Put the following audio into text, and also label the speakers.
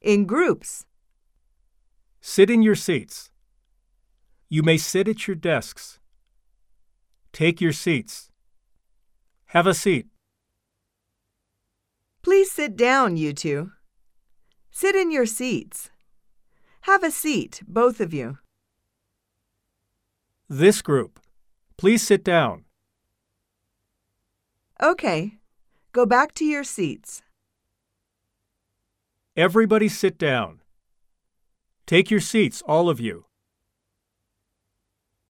Speaker 1: in groups.
Speaker 2: Sit in your seats. You may sit at your desks. Take your seats. Have a seat.
Speaker 1: Please sit down, you two. Sit in your seats. Have a seat, both of you.
Speaker 2: This group. Please sit down.
Speaker 1: Okay, go back to your seats.
Speaker 2: Everybody sit down. Take your seats, all of you.